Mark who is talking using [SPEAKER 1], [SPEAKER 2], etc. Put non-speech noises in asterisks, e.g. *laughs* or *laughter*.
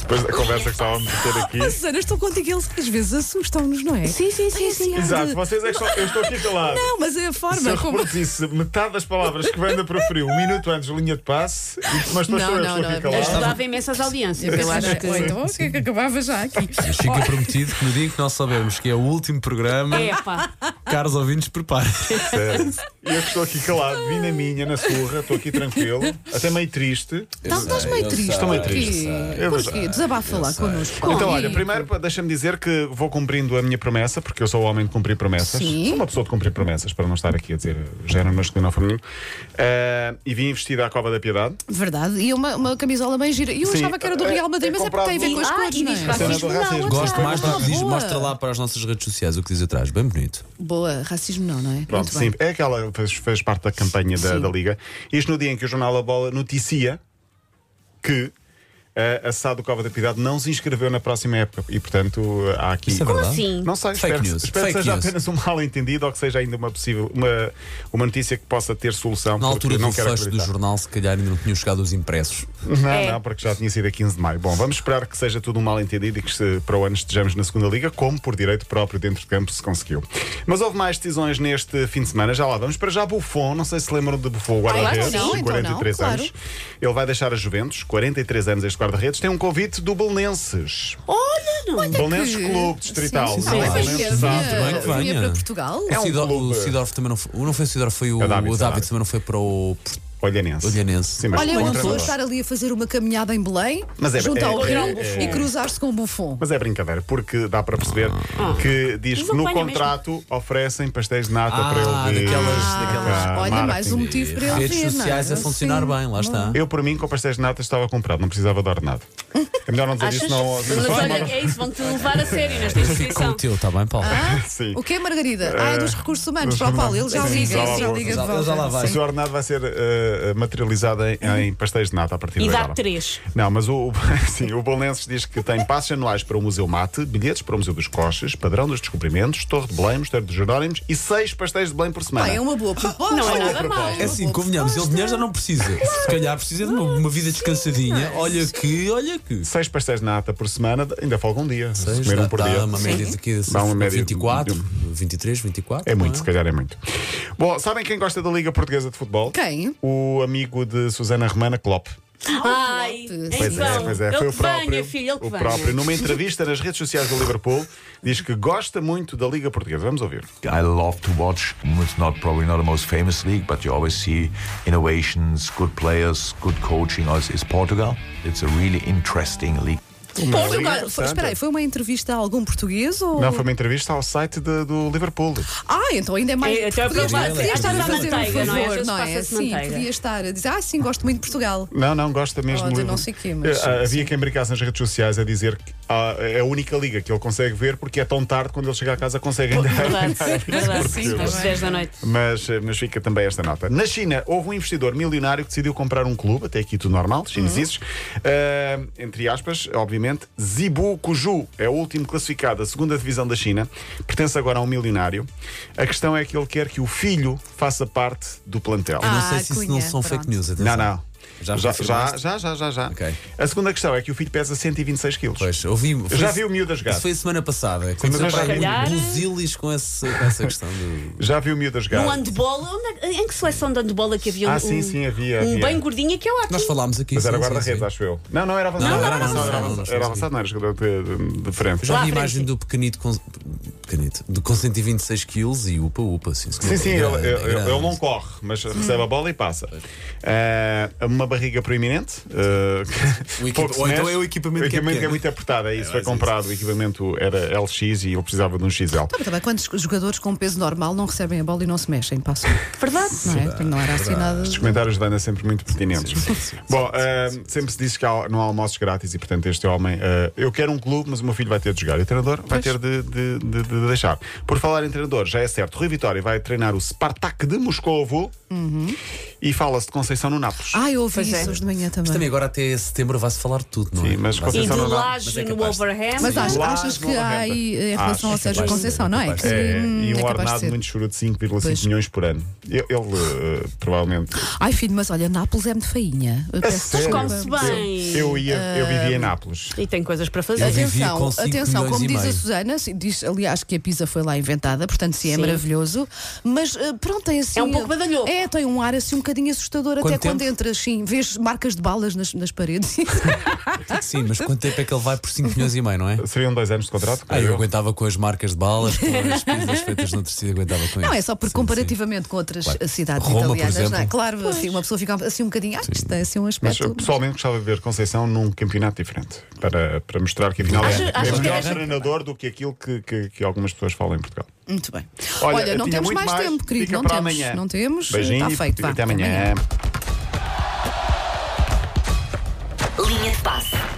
[SPEAKER 1] Depois da conversa que estávamos a ter aqui.
[SPEAKER 2] Mas, Susana, estou contigo, eles às vezes assustam-nos, não é?
[SPEAKER 3] Sim, sim, sim, sim.
[SPEAKER 1] Exato, vocês é que só. Eu estou aqui calado.
[SPEAKER 2] Não, mas é a forma
[SPEAKER 1] Se eu
[SPEAKER 2] como.
[SPEAKER 1] reproduzisse metade das palavras que Wanda proferiu um minuto antes da linha de passe, e- mas depois
[SPEAKER 3] Não,
[SPEAKER 1] sou eu que
[SPEAKER 3] não,
[SPEAKER 1] estou aqui
[SPEAKER 3] não,
[SPEAKER 2] é
[SPEAKER 1] calado.
[SPEAKER 3] Ajudava imenso as audiências, eu acho que.
[SPEAKER 2] Ou então, o que é que acabava já aqui?
[SPEAKER 4] Mas fica prometido que no dia em que nós soubermos que é o último programa,
[SPEAKER 2] É.
[SPEAKER 3] Epá,
[SPEAKER 4] caros ouvintes, preparem-se.
[SPEAKER 1] E eu que estou aqui calado, vim na minha, na surra, estou aqui tranquilo, até meio triste.
[SPEAKER 2] Tá- Estás meio triste.
[SPEAKER 1] Estou meio triste. É
[SPEAKER 2] Porquê?
[SPEAKER 1] Eu
[SPEAKER 2] Porquê? Desabafa lá connosco.
[SPEAKER 1] Então, olha,
[SPEAKER 2] Sim.
[SPEAKER 1] primeiro pá, deixa-me dizer que vou cumprindo a minha promessa, porque eu sou o homem de cumprir promessas.
[SPEAKER 2] Sim.
[SPEAKER 1] Sou uma pessoa de cumprir promessas, para não estar aqui a dizer género masculino ou feminino. Ah, e vim investir à Cova da Piedade.
[SPEAKER 2] Verdade, e uma, uma camisola bem gira. E eu
[SPEAKER 1] Sim,
[SPEAKER 2] achava que era do
[SPEAKER 1] é-
[SPEAKER 2] Real Madrid,
[SPEAKER 1] é
[SPEAKER 2] mas é porque tem a ver com as
[SPEAKER 3] comprado.
[SPEAKER 2] cores,
[SPEAKER 3] Ah, e
[SPEAKER 2] não
[SPEAKER 3] diz
[SPEAKER 2] é?
[SPEAKER 3] lá.
[SPEAKER 1] Racismo não,
[SPEAKER 3] racismo.
[SPEAKER 4] Gosto mais do que diz,
[SPEAKER 2] Boa.
[SPEAKER 4] mostra lá para as nossas redes sociais o que diz atrás. Bem bonito.
[SPEAKER 2] Boa, racismo não, não é?
[SPEAKER 1] Pronto,
[SPEAKER 2] Muito bem.
[SPEAKER 1] sim, é aquela fez, fez parte da campanha da,
[SPEAKER 2] Sim.
[SPEAKER 1] da Liga. Isto no dia em que o jornal A Bola noticia que ah, a SAD do Cova da Piedade não se inscreveu na próxima época. E, portanto, há aqui.
[SPEAKER 4] Isso é verdade.
[SPEAKER 3] assim.
[SPEAKER 1] Não sei,
[SPEAKER 4] Fake
[SPEAKER 1] espero, que-
[SPEAKER 4] news.
[SPEAKER 1] espero que
[SPEAKER 4] Fake
[SPEAKER 1] seja
[SPEAKER 4] news.
[SPEAKER 1] apenas um mal-entendido ou que seja ainda uma possível uma, uma notícia que possa ter solução.
[SPEAKER 4] Na
[SPEAKER 1] porque
[SPEAKER 4] altura
[SPEAKER 1] não
[SPEAKER 4] do
[SPEAKER 1] quero
[SPEAKER 4] fecho do
[SPEAKER 1] acreditar.
[SPEAKER 4] jornal, se calhar ainda não tinham chegado os impressos.
[SPEAKER 1] Não,
[SPEAKER 3] É.
[SPEAKER 1] não, porque já tinha sido a 15 de maio. Bom, vamos esperar que seja tudo um mal-entendido e que se, para o ano estejamos na segunda liga, como por direito próprio dentro de campo se conseguiu. Mas houve mais decisões neste fim de semana. Já lá vamos para já Buffon. Não sei se lembram de Buffon, o guarda-redes,
[SPEAKER 2] claro que não,
[SPEAKER 1] de
[SPEAKER 2] então
[SPEAKER 1] 43
[SPEAKER 2] não,
[SPEAKER 1] anos. Ele vai deixar a Juventus, 43 anos este guarda-redes. Tem um convite do Belenenses.
[SPEAKER 3] Olha, não.
[SPEAKER 1] Belenenses
[SPEAKER 2] Que-
[SPEAKER 1] Clube Distrital.
[SPEAKER 2] Sim, sim,
[SPEAKER 1] Não é?
[SPEAKER 2] sim.
[SPEAKER 4] Belenenses
[SPEAKER 2] Vinha-
[SPEAKER 4] Clube,
[SPEAKER 2] vinha-
[SPEAKER 4] muito bem que
[SPEAKER 2] vinha
[SPEAKER 4] venha.
[SPEAKER 2] para Portugal?
[SPEAKER 1] É um
[SPEAKER 4] o Sidor-
[SPEAKER 1] clube. É
[SPEAKER 4] o Sidorf também não foi. Não foi o Sidorf, foi o,
[SPEAKER 1] O Davids,
[SPEAKER 4] o Davids
[SPEAKER 1] Davids.
[SPEAKER 4] também não foi para o.
[SPEAKER 1] Olhanense.
[SPEAKER 4] Olhanense.
[SPEAKER 1] Sim, mas
[SPEAKER 2] Olha,
[SPEAKER 1] com
[SPEAKER 2] uma pessoa
[SPEAKER 1] treinador.
[SPEAKER 2] estar ali a fazer uma caminhada em Belém,
[SPEAKER 1] Mas é-
[SPEAKER 2] junto ao
[SPEAKER 1] é-
[SPEAKER 2] rio
[SPEAKER 1] é-
[SPEAKER 2] e cruzar-se com o bufão.
[SPEAKER 1] Mas é brincadeira, porque dá para perceber que diz
[SPEAKER 3] Mas
[SPEAKER 1] que no
[SPEAKER 3] apanha mesmo.
[SPEAKER 1] contrato oferecem pastéis de nata
[SPEAKER 4] Ah,
[SPEAKER 1] para ele.
[SPEAKER 4] daquelas-
[SPEAKER 1] Ah,
[SPEAKER 4] daquelas-
[SPEAKER 2] Olha, mais um
[SPEAKER 1] marketing.
[SPEAKER 2] motivo para ele
[SPEAKER 4] Redes
[SPEAKER 2] ver, não é?
[SPEAKER 4] sociais a funcionar
[SPEAKER 2] Sim.
[SPEAKER 4] bem, lá está.
[SPEAKER 1] Eu, por mim, com pastéis de nata estava comprado, não precisava dar nada. É melhor não dizer
[SPEAKER 3] Achas?
[SPEAKER 1] isso, não.
[SPEAKER 3] Mas olha, é isso, vão-te levar a sério nesta
[SPEAKER 4] Eu fico com o
[SPEAKER 3] instituição.
[SPEAKER 4] teu, está bem, Paulo?
[SPEAKER 1] *laughs* Sim.
[SPEAKER 2] O que é Margarida? Ah, é dos recursos humanos.
[SPEAKER 1] dos
[SPEAKER 2] Para o Paulo, ele
[SPEAKER 1] recursos
[SPEAKER 2] já
[SPEAKER 1] humanos.
[SPEAKER 2] liga,
[SPEAKER 1] Sim,
[SPEAKER 2] ele
[SPEAKER 1] já
[SPEAKER 2] já
[SPEAKER 1] lá-
[SPEAKER 2] liga de
[SPEAKER 4] já-
[SPEAKER 2] volta.
[SPEAKER 4] já lá vai.
[SPEAKER 1] O seu ordenado vai ser eh, materializado em, em pastéis de nata a partir
[SPEAKER 3] E
[SPEAKER 1] de
[SPEAKER 3] dá
[SPEAKER 1] agora.
[SPEAKER 3] três.
[SPEAKER 1] Não, mas o, *laughs* o- sim, o Bolenses diz que tem passos anuais para o Museu Mate, bilhetes para o Museu dos Coches, Padrão dos Descobrimentos, Torre de Belém, Mosteiro dos Jerónimos e seis pastéis de Belém por semana.
[SPEAKER 2] Ah, é uma boa proposta.
[SPEAKER 3] Não é nada
[SPEAKER 2] Uma boa
[SPEAKER 3] mal.
[SPEAKER 4] É assim,
[SPEAKER 2] proposta.
[SPEAKER 4] convenhamos, ele dinheiro já não precisa. Se calhar precisa de uma, uma vida descansadinha.
[SPEAKER 2] é?
[SPEAKER 4] Olha que, olha que.
[SPEAKER 1] Seis pastéis de nata por semana, ainda falta um dia. Se comer um por
[SPEAKER 4] dá
[SPEAKER 1] dia.
[SPEAKER 4] uma média de que
[SPEAKER 1] Dá uma média de-
[SPEAKER 4] 24,
[SPEAKER 1] de-
[SPEAKER 4] 23, 24.
[SPEAKER 1] É
[SPEAKER 4] não
[SPEAKER 1] muito, se calhar é muito. Bom, sabem quem gosta da Liga Portuguesa de Futebol?
[SPEAKER 2] Quem?
[SPEAKER 1] O amigo de Susana Romana Klopp.
[SPEAKER 3] Ai,
[SPEAKER 1] Pois é, pois é, foi
[SPEAKER 3] Ele
[SPEAKER 1] o
[SPEAKER 3] que vem,
[SPEAKER 1] próprio.
[SPEAKER 3] minha filha, ele que
[SPEAKER 1] o
[SPEAKER 3] vem.
[SPEAKER 1] próprio, numa entrevista nas redes sociais do Liverpool, diz que gosta muito da Liga Portuguesa. Vamos ouvir.
[SPEAKER 5] I love to watch. It's not probably not the most famous league, but you always see innovations, good players, good coaching. Oh, It's it's Portugal. It's a really interesting league.
[SPEAKER 2] Portugal. Foi- Espera aí, foi uma entrevista a algum português ou.
[SPEAKER 1] Não, foi uma entrevista ao site de- do Liverpool.
[SPEAKER 2] Ah, então ainda é mais.
[SPEAKER 3] É, então é
[SPEAKER 2] podia, estar,
[SPEAKER 3] provável.
[SPEAKER 2] podia estar a
[SPEAKER 3] Às vezes
[SPEAKER 2] fazer um
[SPEAKER 3] manteiga,
[SPEAKER 2] favor,
[SPEAKER 3] não é? Às vezes
[SPEAKER 2] não é?
[SPEAKER 3] passa-se
[SPEAKER 2] Sim,
[SPEAKER 3] manteiga.
[SPEAKER 2] podia estar a dizer, ah, sim, gosto muito de Portugal.
[SPEAKER 1] Não, não, gosta mesmo
[SPEAKER 2] Oh,
[SPEAKER 1] do
[SPEAKER 2] de
[SPEAKER 1] Liverpool.
[SPEAKER 2] não sei quê, mas-
[SPEAKER 1] Eh, Havia quem brincasse nas redes sociais a dizer que ah, é a única liga que ele consegue ver porque é tão tarde quando ele chega a casa consegue ainda. *laughs*
[SPEAKER 3] Verdade, verdade.
[SPEAKER 2] Sim,
[SPEAKER 3] Às
[SPEAKER 2] também.
[SPEAKER 3] 10 da noite.
[SPEAKER 1] Mas, eh, mas fica também esta nota. Na China, houve um investidor milionário que decidiu comprar um clube, até aqui tudo normal, chineses, eh, entre aspas, obviamente, Zibu Kuju é o último classificado da segunda divisão da China, pertence agora a um milionário. A questão é que ele quer que o filho faça parte do plantel.
[SPEAKER 4] Eu não
[SPEAKER 2] Ah,
[SPEAKER 4] sei se isso
[SPEAKER 2] Cunha,
[SPEAKER 4] não são
[SPEAKER 2] pronto.
[SPEAKER 4] fake news, atenção.
[SPEAKER 1] Não, não. já,
[SPEAKER 4] Já
[SPEAKER 1] já,
[SPEAKER 4] confirmaste?
[SPEAKER 1] já, já, já, já.
[SPEAKER 4] Ok.
[SPEAKER 1] A segunda questão é que o filho pesa 126 quilos.
[SPEAKER 4] Pois, ouvi. foi-
[SPEAKER 1] já vi o miúdo a jogar.
[SPEAKER 4] Isso foi a semana passada.
[SPEAKER 1] mas
[SPEAKER 4] Aconteceu
[SPEAKER 1] eu já
[SPEAKER 4] para aí
[SPEAKER 3] vi.
[SPEAKER 4] um busilis com, esse- com essa questão do.
[SPEAKER 1] Já viu o miúdo a jogar?
[SPEAKER 3] No handball, onde é- em que seleção de handball é que havia um,
[SPEAKER 1] Ah, sim, sim, havia,
[SPEAKER 3] um
[SPEAKER 1] havia.
[SPEAKER 3] bem gordinho que é ótimo?
[SPEAKER 4] Nós falámos aqui.
[SPEAKER 1] Mas era
[SPEAKER 4] sim, sim,
[SPEAKER 1] guarda-redes,
[SPEAKER 4] sim.
[SPEAKER 1] acho eu. Não, não era avançado.
[SPEAKER 4] Não, não
[SPEAKER 1] era
[SPEAKER 4] era
[SPEAKER 1] avançado, era avançado,
[SPEAKER 4] avançado, não,
[SPEAKER 1] era
[SPEAKER 4] não,
[SPEAKER 1] avançado, não era jogador de, de, de frente.
[SPEAKER 4] Já
[SPEAKER 3] Lá
[SPEAKER 4] vi
[SPEAKER 3] à
[SPEAKER 4] a
[SPEAKER 3] frente,
[SPEAKER 4] imagem
[SPEAKER 3] sim.
[SPEAKER 4] do pequenito com. Pequenito, do, com 126 quilos e upa, upa, sim.
[SPEAKER 1] Sim,
[SPEAKER 4] senhor.
[SPEAKER 1] sim,
[SPEAKER 4] É
[SPEAKER 1] ele,
[SPEAKER 4] grande, é
[SPEAKER 1] ele- ele
[SPEAKER 4] grande.
[SPEAKER 1] não corre, mas recebe a bola e passa. Eh, uma barriga proeminente. eh,
[SPEAKER 4] *laughs* O equipa-
[SPEAKER 1] pouco se
[SPEAKER 4] ou então
[SPEAKER 1] mexe.
[SPEAKER 4] é o equipamento
[SPEAKER 1] O
[SPEAKER 4] que é
[SPEAKER 1] equipamento é
[SPEAKER 4] pequeno.
[SPEAKER 1] muito apertado, é isso. Foi comprado, o equipamento era LX e eu precisava de um XL.
[SPEAKER 2] Então, Mas Também quantos jogadores com peso normal não recebem a bola e não se mexem, passam.
[SPEAKER 3] Verdade.
[SPEAKER 2] Não, é? não era assim nada.
[SPEAKER 1] Os comentários de Wanda sempre muito pertinentes. Bom, eh, sempre se diz que há- não há ah, almoços grátis e, portanto, este homem. eh, eu quero um clube, mas o meu filho vai ter de jogar. E o treinador vai ter de, de- de- de de deixar. Por falar em treinador, já é certo. Rui Vitória vai treinar o Spartak de Moscovo e fala-se de Conceição no Nápoles.
[SPEAKER 2] Uhum. Ah, eu ouvi
[SPEAKER 6] Pois é.
[SPEAKER 2] isso hoje de manhã também.
[SPEAKER 4] Mas também agora até setembro vai-se falar de tudo, não é?
[SPEAKER 1] Sim, mas
[SPEAKER 4] Vai-se-
[SPEAKER 3] E
[SPEAKER 1] Conceição
[SPEAKER 3] de
[SPEAKER 1] não dá.
[SPEAKER 4] Mas
[SPEAKER 3] Laje
[SPEAKER 4] é
[SPEAKER 3] no
[SPEAKER 4] capaz de-
[SPEAKER 3] Wolverhampton.
[SPEAKER 2] Mas acho-
[SPEAKER 1] Lá
[SPEAKER 2] achas
[SPEAKER 1] no
[SPEAKER 2] que há
[SPEAKER 1] Wolverhampton.
[SPEAKER 2] aí, eh, em relação ao
[SPEAKER 1] Acho,
[SPEAKER 2] Sérgio
[SPEAKER 4] capaz de ser,
[SPEAKER 2] Conceição, não é?
[SPEAKER 4] capaz
[SPEAKER 2] Que,
[SPEAKER 4] de ser.
[SPEAKER 1] É,
[SPEAKER 2] hum,
[SPEAKER 1] e
[SPEAKER 2] é
[SPEAKER 1] um
[SPEAKER 2] capaz de
[SPEAKER 1] ordenado
[SPEAKER 2] ser.
[SPEAKER 1] muito churro de 5,5
[SPEAKER 2] Pois.
[SPEAKER 1] milhões por ano. Ele, ele, eh, provavelmente.
[SPEAKER 2] Ai, filho, mas olha, Nápoles é Ah. muito feinha. Eu peço
[SPEAKER 1] sério?
[SPEAKER 2] desculpa.
[SPEAKER 3] come-se bem.
[SPEAKER 1] Eu, ia, eu vivia em Nápoles.
[SPEAKER 6] E tem coisas para fazer.
[SPEAKER 4] Eu vi- vivia
[SPEAKER 2] Atenção,
[SPEAKER 4] com cinco
[SPEAKER 2] atenção,
[SPEAKER 4] milhões
[SPEAKER 2] como
[SPEAKER 4] e
[SPEAKER 2] diz a
[SPEAKER 4] meio.
[SPEAKER 2] Susana, se- diz aliás que a pizza foi lá inventada, portanto sim, é
[SPEAKER 6] Sim.
[SPEAKER 2] maravilhoso, mas eh, pronto, tem assim.
[SPEAKER 3] É um pouco badalhoco.
[SPEAKER 2] É, tem um ar assim um bocadinho assustador
[SPEAKER 4] Quanto
[SPEAKER 2] até quando
[SPEAKER 4] tempo?
[SPEAKER 2] entras, sim, vês marcas de balas nas, nas paredes. *laughs*
[SPEAKER 4] Sim, mas quanto tempo é que ele vai por 5 milhões e meio, não é?
[SPEAKER 1] Seriam dois anos de contrato?
[SPEAKER 4] Ah, eu aguentava com as marcas de balas, com as pizzas feitas no tecido, aguentava com isso.
[SPEAKER 2] Não, é só porque
[SPEAKER 4] Sim,
[SPEAKER 2] comparativamente com outras
[SPEAKER 4] Claro.
[SPEAKER 2] eh, cidades
[SPEAKER 4] Roma, por
[SPEAKER 2] italianas, não é?
[SPEAKER 4] exemplo.
[SPEAKER 2] Claro, assim, uma pessoa fica assim um bocadinho, ah, isto tem assim um
[SPEAKER 3] É
[SPEAKER 1] Mas
[SPEAKER 2] aspecto.
[SPEAKER 1] eu pessoalmente gostava de ver Conceição num campeonato diferente para, para mostrar que afinal
[SPEAKER 3] Acho-
[SPEAKER 1] é,
[SPEAKER 3] acho
[SPEAKER 1] é
[SPEAKER 3] que
[SPEAKER 1] melhor
[SPEAKER 3] era-
[SPEAKER 1] treinador do que aquilo que, que, que algumas pessoas falam em Portugal.
[SPEAKER 2] Muito bem.
[SPEAKER 1] Olha,
[SPEAKER 2] Olha, não
[SPEAKER 1] tinha
[SPEAKER 2] temos
[SPEAKER 1] muito
[SPEAKER 2] mais,
[SPEAKER 1] mais.
[SPEAKER 2] tempo, querido.
[SPEAKER 1] Fica
[SPEAKER 2] não
[SPEAKER 1] para
[SPEAKER 2] temos.
[SPEAKER 1] amanhã.
[SPEAKER 2] Não temos.
[SPEAKER 1] Beijinho
[SPEAKER 2] Está feito.
[SPEAKER 1] e
[SPEAKER 2] vá,
[SPEAKER 1] até amanhã.